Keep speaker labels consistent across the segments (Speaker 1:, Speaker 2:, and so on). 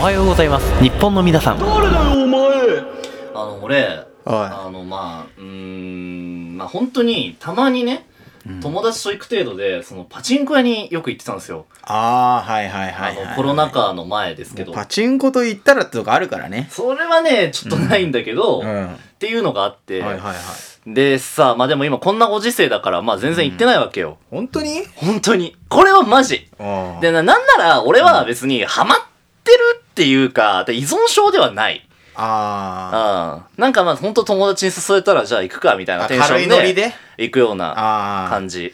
Speaker 1: はようございます日本の皆さん
Speaker 2: 誰だよお前あの俺
Speaker 3: は
Speaker 2: あのまあうーんまあ本当にたまにね友達と行く程度でそのパチンコ屋によく行ってたんですよ、
Speaker 3: い。ああ、はいはいはい、はい。
Speaker 2: あのコロナ禍の前ですけど
Speaker 3: パチンコと言ったらってとかあるからね。
Speaker 2: それはねちょっとないんだけど、
Speaker 3: うん。
Speaker 2: っ
Speaker 3: は
Speaker 2: ていうのがあって、
Speaker 3: いはいはい。
Speaker 2: でさまあでも今こんなご時世だからまあ全然行ってないわけよ、
Speaker 3: 本当に
Speaker 2: 本当にこれはマジ
Speaker 3: うん。
Speaker 2: でななんなら俺は別にハマってるっていうかで依存症ではない
Speaker 3: あ
Speaker 2: うん、なんかまあ本当友達に誘えたらじゃあ行くかみたい
Speaker 3: あ。
Speaker 2: な
Speaker 3: あ
Speaker 2: テンシ
Speaker 3: 軽
Speaker 2: ョ
Speaker 3: い
Speaker 2: ン
Speaker 3: ノ
Speaker 2: で
Speaker 3: リで
Speaker 2: 行くような
Speaker 3: ああ。
Speaker 2: 感じ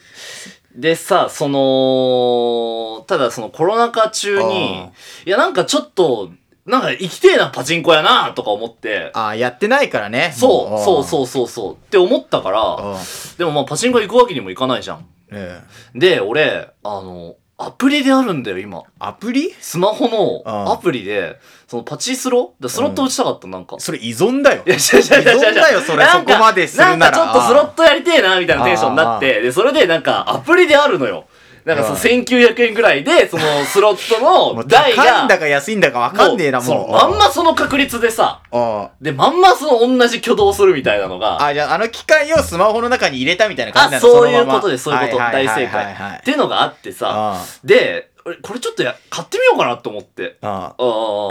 Speaker 2: でさそのただそのコロナ禍中
Speaker 3: あ
Speaker 2: にいやなんかちょっとなんか行きてえなパチンコやなとか思って
Speaker 3: ああ、やってないからね。
Speaker 2: そうそう
Speaker 3: う
Speaker 2: そうそうそうって思ったから
Speaker 3: ん。
Speaker 2: でもまあパチンコ行くわけにもいかないじゃん
Speaker 3: うん。
Speaker 2: で俺あのアプリであるんだよ今
Speaker 3: アプリ
Speaker 2: スマホ
Speaker 3: あ
Speaker 2: のアプリでそのパチスロだからスロット打ちたかったなんか
Speaker 3: それ依存だよ
Speaker 2: い。や、違う違う違う違う。
Speaker 3: 依存だよそれ
Speaker 2: なんか
Speaker 3: そこまでするなら
Speaker 2: んかちょっとスロットやりてえな、みたいなテンションになって、で、それでなんかアプリであるのよ。なんかその
Speaker 3: うん
Speaker 2: 1900円ぐらいで、そのスロット
Speaker 3: も
Speaker 2: の
Speaker 3: う
Speaker 2: 台が、
Speaker 3: 高いんだか安いんだかわかんねえな、
Speaker 2: そ
Speaker 3: もう。
Speaker 2: まんまその確率でさ、
Speaker 3: あ
Speaker 2: で、まんまその同じ挙動するみたいなのが、
Speaker 3: あ、じゃあ、あの機械をスマホの中に入れたみたいな感じな
Speaker 2: あ、
Speaker 3: の
Speaker 2: そういう
Speaker 3: のま
Speaker 2: こ
Speaker 3: ま
Speaker 2: とです、そういうこと、
Speaker 3: はは
Speaker 2: 大
Speaker 3: は
Speaker 2: 正
Speaker 3: はいはいは
Speaker 2: 解。
Speaker 3: い
Speaker 2: っていうのがあってさ、
Speaker 3: あ
Speaker 2: で、俺これちょっとや買ってみようかなと思って。
Speaker 3: あ。あ
Speaker 2: ああ。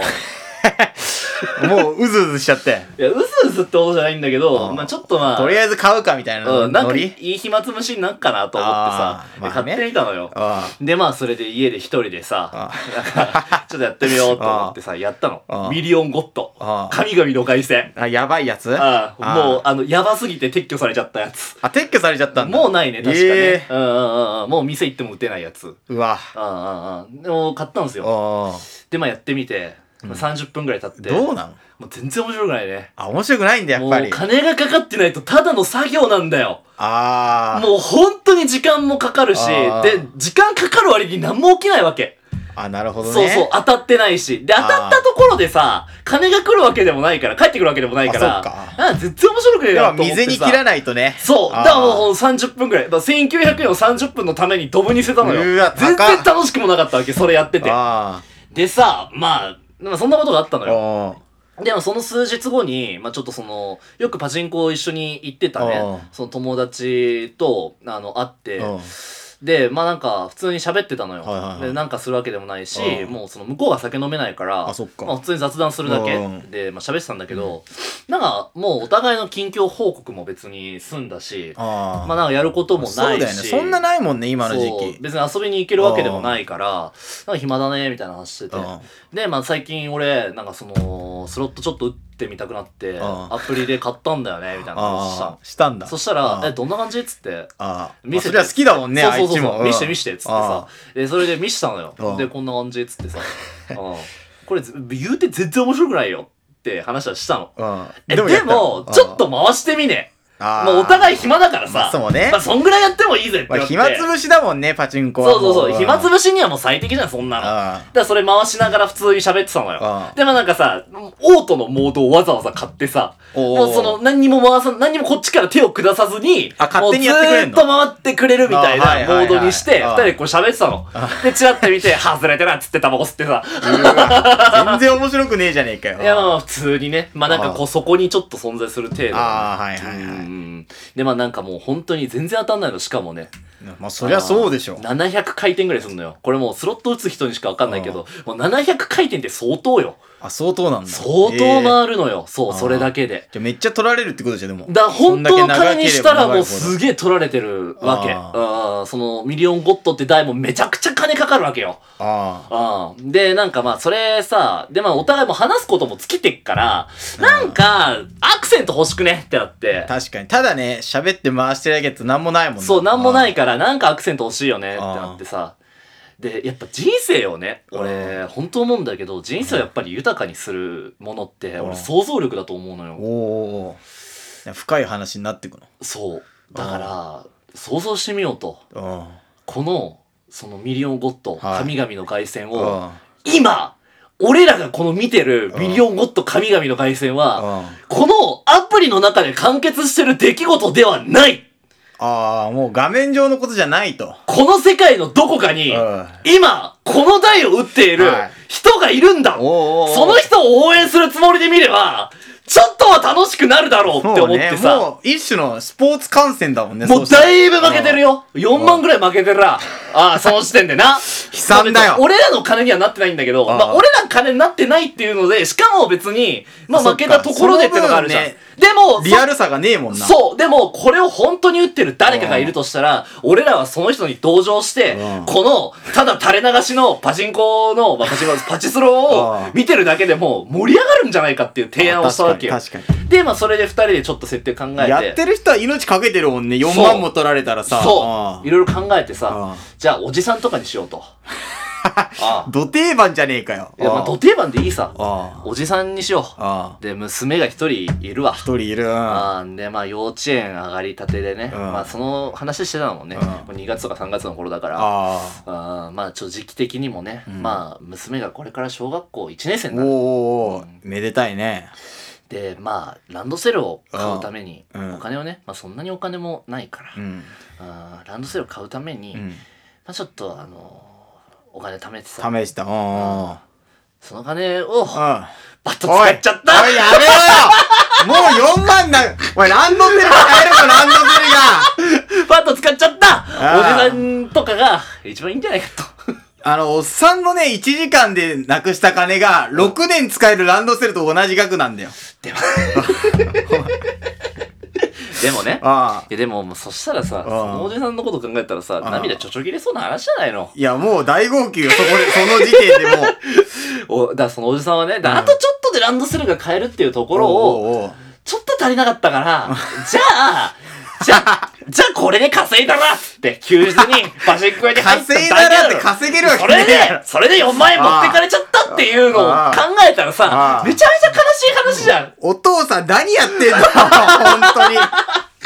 Speaker 3: あもう、うずうずしちゃって。
Speaker 2: いや、うずうずってことじゃないんだけど、
Speaker 3: あ
Speaker 2: まあちょっとまあ、
Speaker 3: とりあえず買うかみたいな
Speaker 2: うん、なん
Speaker 3: ノ
Speaker 2: か
Speaker 3: リ
Speaker 2: い。い暇つぶしになっかなと思ってさ
Speaker 3: あ、ーまあ
Speaker 2: で買
Speaker 3: ね
Speaker 2: ってみたのよ。
Speaker 3: あ
Speaker 2: でまあそれで家で一人でさ
Speaker 3: あ。
Speaker 2: ちょっとやってみようと思ってさやった
Speaker 3: あ
Speaker 2: の
Speaker 3: あ
Speaker 2: ミリオンゴッド
Speaker 3: ああ
Speaker 2: 神々の凱旋
Speaker 3: あ、やばいやつ
Speaker 2: ああ
Speaker 3: ああ
Speaker 2: もうあのやばすぎて撤去されちゃったやつ
Speaker 3: あ、撤去されちゃったんだ。
Speaker 2: もうないね確か
Speaker 3: え
Speaker 2: ねうんうんうんうんもう店行っても売ってないやつ
Speaker 3: えうわ。
Speaker 2: うんうんうんでも買ったんですよ
Speaker 3: ああ。
Speaker 2: でまあやってみてまあ30分ぐらい経って
Speaker 3: どうなの
Speaker 2: もう全然面白くないね
Speaker 3: あ、面白くないんだ、や
Speaker 2: も
Speaker 3: っ
Speaker 2: う
Speaker 3: ぱり。
Speaker 2: 金がかかってないとただの作業なんだよ
Speaker 3: ああ。
Speaker 2: もう本当に時間もかかるし
Speaker 3: ああ
Speaker 2: で時間かかる割に何も起きないわけ
Speaker 3: あ、なるほどね。
Speaker 2: そうそう、当たってないし。で、当たったところでさ、金が来るわけでもないから、帰ってくるわけでもないから、
Speaker 3: あそっ
Speaker 2: あ絶対面白くねえ
Speaker 3: で
Speaker 2: な
Speaker 3: は、
Speaker 2: と思ってさ。
Speaker 3: 水に切らないとね。
Speaker 2: そう。だ
Speaker 3: あー
Speaker 2: からもう30分くらい。だから1900円を30分のためにドブに捨てたのよ。
Speaker 3: うわ
Speaker 2: 全
Speaker 3: 高
Speaker 2: 然
Speaker 3: っ
Speaker 2: 楽しくもなかったわけ、それやってて。
Speaker 3: あ
Speaker 2: でさ、まあ、まあそんなことがあったの
Speaker 3: あ。
Speaker 2: よ。
Speaker 3: おー
Speaker 2: でもその数日後に、まあちょっとその、よくパチンコを一緒に行ってた
Speaker 3: あー
Speaker 2: ね、その友達と、あの、会って、
Speaker 3: うん。
Speaker 2: でまあなんか普通に喋ってたのよ、
Speaker 3: はいはいはい
Speaker 2: でなんかするわけでもないし、
Speaker 3: うん
Speaker 2: もうその向こうが酒飲めないから
Speaker 3: あそっか
Speaker 2: まあ、普通に雑談するだけ
Speaker 3: うん
Speaker 2: で、まあ、喋ってたんだけど、なんかもうお互いの近況報告も別に済んだし
Speaker 3: ああ。
Speaker 2: まあなんかやることも
Speaker 3: そ
Speaker 2: な
Speaker 3: う
Speaker 2: い
Speaker 3: だよね。
Speaker 2: し
Speaker 3: そんなないもんね、今の
Speaker 2: そう
Speaker 3: 時期。
Speaker 2: 別に遊びに行けるわけでもないからなんか暇だねみたいな話してて
Speaker 3: うん
Speaker 2: でまあ最近俺なんかそのスロットちょっと打ってみたくなって
Speaker 3: ん
Speaker 2: アプリで買ったんだよねみたいな話した
Speaker 3: あ
Speaker 2: の
Speaker 3: あ。したんだ。
Speaker 2: そしたら「
Speaker 3: あ
Speaker 2: えどんな感じ?」っつって
Speaker 3: ああ。
Speaker 2: 見
Speaker 3: 見
Speaker 2: せ
Speaker 3: せ
Speaker 2: て
Speaker 3: りゃ好きだもんね、
Speaker 2: そう
Speaker 3: あ
Speaker 2: そう
Speaker 3: い
Speaker 2: そう
Speaker 3: ち
Speaker 2: そう
Speaker 3: も。
Speaker 2: 見して見してっつってさ
Speaker 3: あ
Speaker 2: でそれで見したのよ、
Speaker 3: うん
Speaker 2: でこんな感じっつってさ、 うん、これず言うて全然面白くないよって話はしたの
Speaker 3: あ。うん
Speaker 2: えでも
Speaker 3: やたうん
Speaker 2: ちょっと回してみね
Speaker 3: ああ
Speaker 2: まあ、お互い暇だから
Speaker 3: ま
Speaker 2: さ
Speaker 3: あ、そうね
Speaker 2: まあ、そんぐらいやってもいいぜって
Speaker 3: まあ
Speaker 2: なって、
Speaker 3: 暇つぶしだもんね、パチンコは
Speaker 2: そ
Speaker 3: も。
Speaker 2: うそうそう暇つ
Speaker 3: ぶし。
Speaker 2: ぶしにはもう最適じゃんそんなのだか
Speaker 3: あ
Speaker 2: らそれ回しながら普通に喋ってたのよ
Speaker 3: うん
Speaker 2: でもなんかさオートのモードをわざわざ買ってさ
Speaker 3: おー
Speaker 2: もうその何にも回さ何にもこっちから手を下さずに
Speaker 3: あ勝手にやってくれんの
Speaker 2: もうずーっと回ってくれるみたい
Speaker 3: あは
Speaker 2: な
Speaker 3: いはい
Speaker 2: モ
Speaker 3: は
Speaker 2: ー
Speaker 3: い
Speaker 2: ドにして
Speaker 3: あ
Speaker 2: 二人でこう喋ってたのでチラッて見 て外れてなっつってタバコ吸ってさ
Speaker 3: あうわ全然面白くねえじゃねえかよ。
Speaker 2: いやまあまあ普通にねまあなんかこうそこにちょっと存在する程度
Speaker 3: ああ、はいはいは
Speaker 2: う
Speaker 3: い。
Speaker 2: んでまあなんかもう本当に全然当たんないのしかもね
Speaker 3: まあ、そりゃそうでしょ。
Speaker 2: 700回転ぐらいするのよこれもうスロット打つ人にしか分かんないけどもう700回転って相当よ
Speaker 3: あ、相当なんだ。
Speaker 2: 相
Speaker 3: え
Speaker 2: 当
Speaker 3: え
Speaker 2: 回るのよそうそれだけで
Speaker 3: じゃあめっちゃ取られるってことじゃんでも。
Speaker 2: だ
Speaker 3: そ
Speaker 2: 本
Speaker 3: んだけ
Speaker 2: 当の
Speaker 3: 長ければ
Speaker 2: 金にしたらも
Speaker 3: 長
Speaker 2: う
Speaker 3: いほど
Speaker 2: すげえ取られてるわけ。
Speaker 3: あ
Speaker 2: うんそのミリオンゴッドって台もめちゃくちゃ金かかるわけよ。
Speaker 3: あ
Speaker 2: うんで、なんかまあそれさ、でまあお互いも話すことも尽きてっから、なんかアクセント欲しくねってなって
Speaker 3: あ。。確かに。ただね、喋って回してるだけって何もないもんね。。
Speaker 2: そう、なんもないいからなんかアクセント欲しいよねってなってさ。で、やっぱ人生をね、俺、本当思うんだけど、人生をやっぱり豊かにするものって、
Speaker 3: うん
Speaker 2: 俺想像力だと思うのよ。
Speaker 3: おーおーおー深い話になってく
Speaker 2: そう。だから、想像してみようと。
Speaker 3: の。
Speaker 2: このそのミリオンゴッド、
Speaker 3: はい
Speaker 2: 神々の凱旋
Speaker 3: うん。うん。
Speaker 2: を今俺らがこの見てるミリオンゴッド神々の凱旋は
Speaker 3: あ
Speaker 2: このアプリの中で完結してる出来事ではない
Speaker 3: あー、もう画面上のことじゃないと。
Speaker 2: この世界のどこかに
Speaker 3: うん
Speaker 2: 今この台を打っている
Speaker 3: はい
Speaker 2: 一人がいるんだ
Speaker 3: おうおうおう
Speaker 2: その人を応援するつもりで見れば、ちょっとは楽しくなるだろうって
Speaker 3: そう
Speaker 2: 思っ
Speaker 3: ね
Speaker 2: てさ、
Speaker 3: もう一種のスポーツ観戦だもんね
Speaker 2: もう
Speaker 3: そしたら
Speaker 2: だいぶ負けてるよ。4万ぐらい負けてるな。ああ、その時点でな。悲
Speaker 3: 惨だよ
Speaker 2: 俺らの金にはなってないんだけど、
Speaker 3: ああ
Speaker 2: まあ俺らの金になってないっていうので、しかも別に、まあ
Speaker 3: あそ
Speaker 2: 負
Speaker 3: っか
Speaker 2: けたところでってのがあるじゃん。
Speaker 3: その分
Speaker 2: でも、
Speaker 3: リアルさがねえもんな
Speaker 2: そう。でも、これを本当に打ってる誰かがいるとしたら、俺らはその人に同情して
Speaker 3: う、ん
Speaker 2: この、ただ垂れ流しのパチンコの、まあ、パチンコ、 パチスロを
Speaker 3: うん
Speaker 2: 見てるだけでも盛り上がるんじゃないかっていう提案をしたわけよ
Speaker 3: あ。確かに確か
Speaker 2: で、まあ、それで二人でちょっと設定考え
Speaker 3: に
Speaker 2: て。
Speaker 3: やってる人は命かけてるもんね4
Speaker 2: そう
Speaker 3: 万も取られたらさあ
Speaker 2: そう。いろいろ考えて
Speaker 3: あ
Speaker 2: さ
Speaker 3: あ、
Speaker 2: じゃあ、おじさんとかにしよう と。ああ
Speaker 3: あど定番じゃねえかよ
Speaker 2: いや、まあ、
Speaker 3: あ
Speaker 2: 土定番でいいさ。
Speaker 3: あ
Speaker 2: おじさんにしよう。
Speaker 3: ああ
Speaker 2: で、娘が一人いるわ。
Speaker 3: 一人いるうん
Speaker 2: あーでまあ幼稚園上がりたてでね、
Speaker 3: うん
Speaker 2: まあその話してたのもね、
Speaker 3: うん
Speaker 2: もう2月とか3月の頃だからあ
Speaker 3: あ
Speaker 2: ーまあちょっと時期的にもね、
Speaker 3: うん
Speaker 2: まあ娘がこれから小学校1年生
Speaker 3: お
Speaker 2: に
Speaker 3: ー
Speaker 2: なっ
Speaker 3: おーお
Speaker 2: う
Speaker 3: ー
Speaker 2: ん
Speaker 3: めでたいね
Speaker 2: てまあランドセルを買うために
Speaker 3: うんうん
Speaker 2: お金をね、まあ、そんなにお金もないから、
Speaker 3: うん
Speaker 2: あーランドセルを買うために、
Speaker 3: う
Speaker 2: ま
Speaker 3: ん
Speaker 2: あ、ちょっとあのーお金貯めてさ
Speaker 3: 試したうんうんうん
Speaker 2: その金を
Speaker 3: うん
Speaker 2: バッと使っちゃった
Speaker 3: おいおいやめろよもう4万だおいランドセル買えるぞランドセル
Speaker 2: バッと使っちゃったおじ
Speaker 3: あー
Speaker 2: さんとかが一番いいんじゃないかと。
Speaker 3: があのおっさんのね1時間でなくした金が6年使えるランドセルと同じ額なんだよ
Speaker 2: で も でもね
Speaker 3: ああ
Speaker 2: いやでももうそしたらさ
Speaker 3: ん
Speaker 2: そのおじさんのこと考えたらさ
Speaker 3: ん
Speaker 2: 涙ちょちょぎれそうな話じゃないの
Speaker 3: いやもう大号泣よそこでその時点でもう
Speaker 2: おだからそのおじさんはねで
Speaker 3: うん
Speaker 2: あとちょっとでランドセルが買えるっていうと ころを
Speaker 3: おうおうおう
Speaker 2: ちょっと足りなかったから じゃあじゃあじゃあこれで稼いだなっつって休日にパチンコ屋に入っただ
Speaker 3: 稼
Speaker 2: け
Speaker 3: いだ
Speaker 2: だ
Speaker 3: らっ
Speaker 2: ろ
Speaker 3: て稼げるわけ
Speaker 2: そ
Speaker 3: ね
Speaker 2: れ
Speaker 3: えだ
Speaker 2: で
Speaker 3: ろ
Speaker 2: それで4万円持ってかれちゃったっていうのを考えたらさ
Speaker 3: あー
Speaker 2: めちゃめちゃ悲しい話じゃん
Speaker 3: お父さん何やってんの 本当に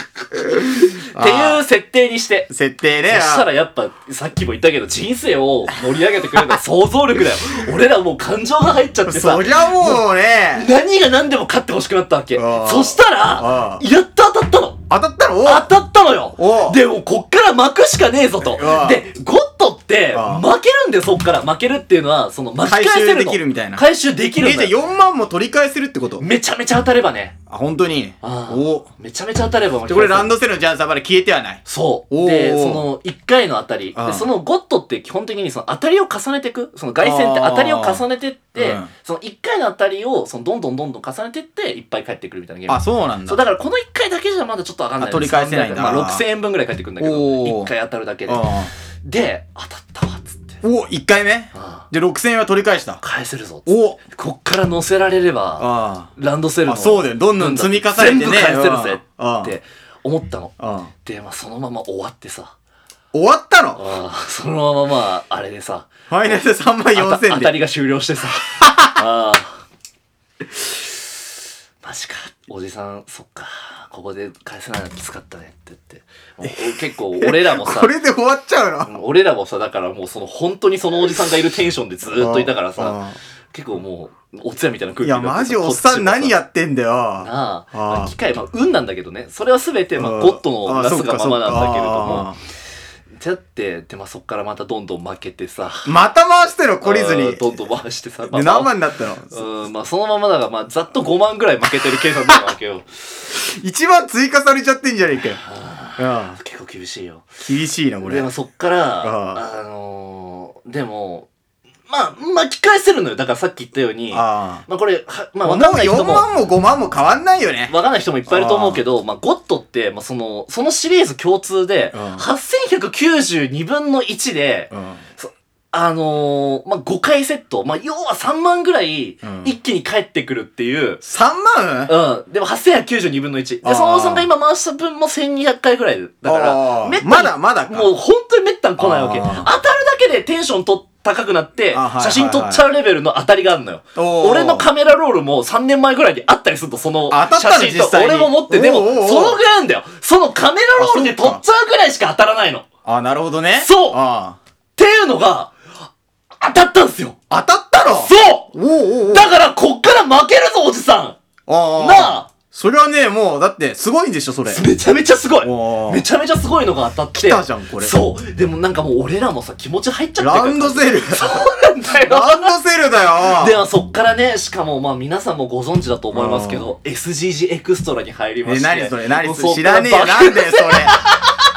Speaker 2: っていう設定にして
Speaker 3: 設定ね
Speaker 2: そしたらやっぱさっきも言ったけど人生を盛り上げてくれるのは想像 力だよ俺らもう感情が入っちゃってさ
Speaker 3: そりゃもうね
Speaker 2: 何が何でも勝ってほしくなったわけ
Speaker 3: ああ
Speaker 2: そしたら
Speaker 3: ああ
Speaker 2: やっと当たったの
Speaker 3: 当たったろ
Speaker 2: 当たったのよ
Speaker 3: お
Speaker 2: でもこっから巻くしかねえぞと
Speaker 3: ああ
Speaker 2: でゴッドって
Speaker 3: ああ
Speaker 2: 負けるんだよそっから負けるっていうのはその巻き返せるの
Speaker 3: 回収できるみたいな
Speaker 2: 回収できるん
Speaker 3: え
Speaker 2: だ
Speaker 3: じ
Speaker 2: よ
Speaker 3: ゃあ4万も取り返せるってこと
Speaker 2: めちゃめちゃ当たればね
Speaker 3: あ本当に
Speaker 2: ああ
Speaker 3: お
Speaker 2: めちゃめちゃ当たれば
Speaker 3: でこれラン
Speaker 2: ド
Speaker 3: ドセルのジャンサーまで消えてはない
Speaker 2: そう。
Speaker 3: おー
Speaker 2: で、その、1回の当たり。
Speaker 3: う
Speaker 2: で、
Speaker 3: ん
Speaker 2: そのゴッドって基本的にその当たりを重ねていく。その外線って当たりを重ねてって、
Speaker 3: あーうん
Speaker 2: その1回の当たりを、そのどんどんどんどん重ねてって、いっぱい返ってくるみたいなゲーム。
Speaker 3: あそうなん
Speaker 2: そ
Speaker 3: だ
Speaker 2: う、だからこの1回だけじゃまだちょっと上がんない。
Speaker 3: あ取り返せないんだ
Speaker 2: まあ6000円分ぐらい返ってくるんだけど、
Speaker 3: お
Speaker 2: 1
Speaker 3: ー
Speaker 2: 回当たるだけで。で、当たったわ、つって。
Speaker 3: うんお1回目
Speaker 2: ああ
Speaker 3: で6000円は取り返した
Speaker 2: 返せるぞ。
Speaker 3: お
Speaker 2: こっから乗せられれば、
Speaker 3: あ
Speaker 2: ランドセルの。
Speaker 3: あそうだよどんどん積み重ねてね
Speaker 2: 全部返せるぜ。
Speaker 3: うん
Speaker 2: って思ったの。
Speaker 3: ああ
Speaker 2: で、まあそのまま終わってさ。
Speaker 3: 終わったの
Speaker 2: ああ、そのまままあ、あれで さ、
Speaker 3: ファイナルで3万
Speaker 2: あた当
Speaker 3: 4000
Speaker 2: た
Speaker 3: で
Speaker 2: りが終了して さ。ああ。マジか。おじさん、そっか。ここで返せないのきつかったねって言って。もう結構俺らもさ
Speaker 3: こ、れで終わっちゃうの
Speaker 2: 俺らもさ、だからもうその本当にそのおじさんがいるテンションでずーっといたからさ、結構もう、おつやみたいな空
Speaker 3: う
Speaker 2: 気に
Speaker 3: んい
Speaker 2: な
Speaker 3: や
Speaker 2: って
Speaker 3: マジおっさん何
Speaker 2: っ
Speaker 3: やってんだよ
Speaker 2: なあ、
Speaker 3: ああ
Speaker 2: まあ機械、まあ運なんだけどね、それは全て、まあ
Speaker 3: うん
Speaker 2: ゴッドの
Speaker 3: あ
Speaker 2: な
Speaker 3: そ
Speaker 2: す
Speaker 3: っ
Speaker 2: が
Speaker 3: か
Speaker 2: ま
Speaker 3: そっ
Speaker 2: ま
Speaker 3: か
Speaker 2: なんだけれども
Speaker 3: あ、
Speaker 2: だって、で、まあそっからまたどんどん負けてさ、
Speaker 3: あまた回しての懲りず
Speaker 2: う
Speaker 3: に
Speaker 2: んどんどん回してさ、まあ
Speaker 3: で何万になったの
Speaker 2: うん、まあそのままだが、まあざっと5万ぐらい負けてる計算なわけよ。
Speaker 3: 一番追加されちゃってんじゃねえかようん
Speaker 2: 結構厳しいよ。
Speaker 3: 厳しいなこ
Speaker 2: で
Speaker 3: れ
Speaker 2: もそっから、
Speaker 3: あ
Speaker 2: あのーでも、まあ巻き返せるのよ。だからさっき言ったように、
Speaker 3: あ
Speaker 2: まあこれ、はま
Speaker 3: あ
Speaker 2: あ
Speaker 3: もう
Speaker 2: わかんない人
Speaker 3: 4
Speaker 2: も、わ
Speaker 3: 万も5万も変わんないよね
Speaker 2: かんない人もいっぱいいると思うけど、まあゴッドって、まあその、そのシリーズ共通で、
Speaker 3: うん
Speaker 2: 8192分の1で、
Speaker 3: うん
Speaker 2: あのーまあ5回セット、まあ要は3万ぐらい
Speaker 3: うん
Speaker 2: 一気に返ってくるっていう、
Speaker 3: 3万
Speaker 2: うん。でも8192分の1。
Speaker 3: あ
Speaker 2: で、
Speaker 3: ー
Speaker 2: そのおさんが今回した分も1200回ぐらいだから、
Speaker 3: あー
Speaker 2: めったに
Speaker 3: まだまだか
Speaker 2: もう本当にめったに来ないわけ。
Speaker 3: あ
Speaker 2: 当た
Speaker 3: ー
Speaker 2: るだけでテンションと高くなって、
Speaker 3: あはいはいはい
Speaker 2: 写真撮っちゃうレベルの当たりがあるのよ。
Speaker 3: おー
Speaker 2: 俺のカメラロールも3年前ぐらいにあったりすると、その
Speaker 3: あ当た
Speaker 2: 写
Speaker 3: ったの
Speaker 2: 真
Speaker 3: 実
Speaker 2: と
Speaker 3: 際に
Speaker 2: 俺も持って、でも
Speaker 3: おーおーお、ー
Speaker 2: そのぐらいなんだよ。そのカメラロールで
Speaker 3: あそ
Speaker 2: 撮
Speaker 3: うか
Speaker 2: っちゃうぐらいしか当たらないの。っ
Speaker 3: あなるほどね
Speaker 2: そう
Speaker 3: あ
Speaker 2: ていうのが、当たったんですよ。
Speaker 3: あ当たったの
Speaker 2: そう
Speaker 3: おうおうおう
Speaker 2: だからこっから負けるぞ、おじさん
Speaker 3: ああ
Speaker 2: なあ
Speaker 3: それはね、もう、だって、すごいんでしょ、それ。
Speaker 2: めちゃめちゃすごい
Speaker 3: おー
Speaker 2: めちゃめちゃすごいのが当たって。
Speaker 3: 来たじゃんこれ
Speaker 2: そう。でもなんかもう俺らもさ、気持ち入っちゃって
Speaker 3: ラ
Speaker 2: る
Speaker 3: ンドセ ル。
Speaker 2: からなんだよ。
Speaker 3: ランドセルだ
Speaker 2: で
Speaker 3: よ。
Speaker 2: はそっからね、しかもまあ皆さんもご存知だと思いますけど、SGG エクストラに入りま
Speaker 3: え、
Speaker 2: して。
Speaker 3: 何それ、何そ
Speaker 2: も
Speaker 3: れ、
Speaker 2: う
Speaker 3: 知らねえ
Speaker 2: そ
Speaker 3: よ。
Speaker 2: っから
Speaker 3: なんで、それ。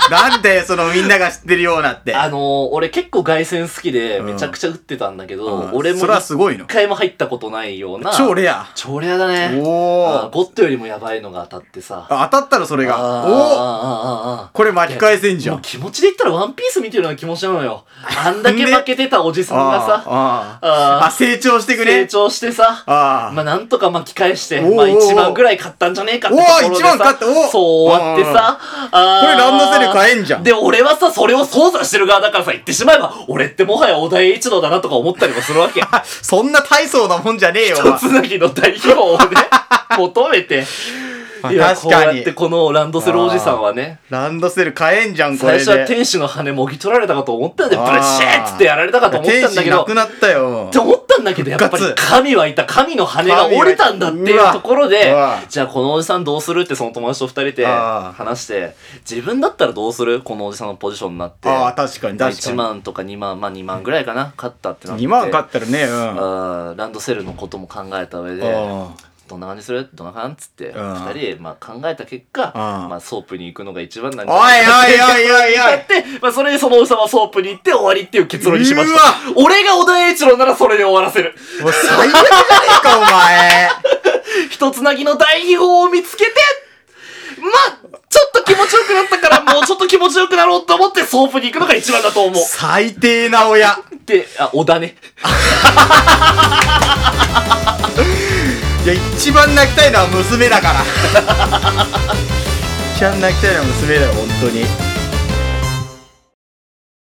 Speaker 3: なんで、そのみんなが知ってるようなって。
Speaker 2: あのー、俺結構外線好きで
Speaker 3: うん
Speaker 2: めちゃくちゃ打ってたんだけど、
Speaker 3: うん
Speaker 2: 俺も
Speaker 3: それは
Speaker 2: 一
Speaker 3: すごいの。
Speaker 2: 回も入ったことないような。
Speaker 3: 超レア。
Speaker 2: 超レアだ
Speaker 3: お
Speaker 2: ね。あ
Speaker 3: お。
Speaker 2: ゴッドよりもやばいのが当たってさ。
Speaker 3: あ当たったらそれ
Speaker 2: あーあー
Speaker 3: が。おお
Speaker 2: あーあーあー
Speaker 3: これ巻き返せんじゃ
Speaker 2: も
Speaker 3: ん
Speaker 2: う。気持ちで言ったらワンピース見てるような気持ちなのよ。あんだけ負けてたおじさんがさ、
Speaker 3: あーあー
Speaker 2: あ
Speaker 3: あ、成長して
Speaker 2: 成
Speaker 3: くれ。
Speaker 2: 長してさ、
Speaker 3: あ
Speaker 2: ま
Speaker 3: あ。
Speaker 2: あなんとか巻き返して、
Speaker 3: おー
Speaker 2: まあ1万ぐらい買ったんじゃねえかってところで
Speaker 3: おー1万買ったお
Speaker 2: さ
Speaker 3: ー、
Speaker 2: そう終わってさ、
Speaker 3: これランドセル
Speaker 2: え
Speaker 3: 買えんじゃん。
Speaker 2: で、俺はさ、それを操作してる側だからさ、言ってしまえば、俺ってもはや小田栄一郎だなとか思ったりもするわけ。
Speaker 3: あそんな大層なもんじゃねえよ。お前
Speaker 2: 一つなぎの代表をね、求めて。
Speaker 3: まあ
Speaker 2: いや、こ
Speaker 3: 確
Speaker 2: う
Speaker 3: かに
Speaker 2: やってこのランドセルおじさんはね、
Speaker 3: ランドセル買えんじゃん、こ
Speaker 2: 最
Speaker 3: れで。
Speaker 2: 初は天使の羽もぎ取られたかと思ったんで、ブ
Speaker 3: あ
Speaker 2: レ
Speaker 3: ー
Speaker 2: ッシェーっつってやられたかと思ったんだ
Speaker 3: 天使
Speaker 2: け
Speaker 3: な
Speaker 2: ど、
Speaker 3: くなったよ
Speaker 2: って。思ったんだけど、やっぱり
Speaker 3: 復活
Speaker 2: 神はいた、神の羽が折れたんだって
Speaker 3: 神
Speaker 2: いう
Speaker 3: は
Speaker 2: ところで
Speaker 3: うわ、
Speaker 2: じゃあこのおじさんどうするってその友達と二人で
Speaker 3: あー
Speaker 2: 話して、自分だったらどうするこのおじさんのポジションになって。
Speaker 3: ああ、確かに、
Speaker 2: まあ
Speaker 3: 確か
Speaker 2: 1
Speaker 3: に。
Speaker 2: 万とか2万、まあ2万ぐらいかな、勝ったってなって。
Speaker 3: 2万買ったらね、うん。
Speaker 2: あーランドセルのことも考えた上で、
Speaker 3: あ
Speaker 2: どんな感じするどんな感じっつって、
Speaker 3: うん
Speaker 2: 二人で、まあ、考えた結果、
Speaker 3: うん
Speaker 2: まあ、ソープに行くのが一番なんじゃ
Speaker 3: おい
Speaker 2: ないかっ
Speaker 3: お
Speaker 2: て
Speaker 3: いおいおいおい。
Speaker 2: 言って、まあ、それでそのおじさんはソープに行って終わりっていう結論にしまし
Speaker 3: うわ
Speaker 2: た。俺が小田栄一郎ならそれで終わらせる。
Speaker 3: もう最悪じゃねえか、お前。
Speaker 2: 一つなぎの大秘宝を見つけて、まあ、ちょっと気持ちよくなったから、もうちょっと気持ちよくなろうと思ってソープに行くのが一番だと思う。
Speaker 3: 最低な親。
Speaker 2: で、あ、小田ね。
Speaker 3: いや、一番泣き たいのは娘だから。一番泣きたいのは娘だよ、本当に。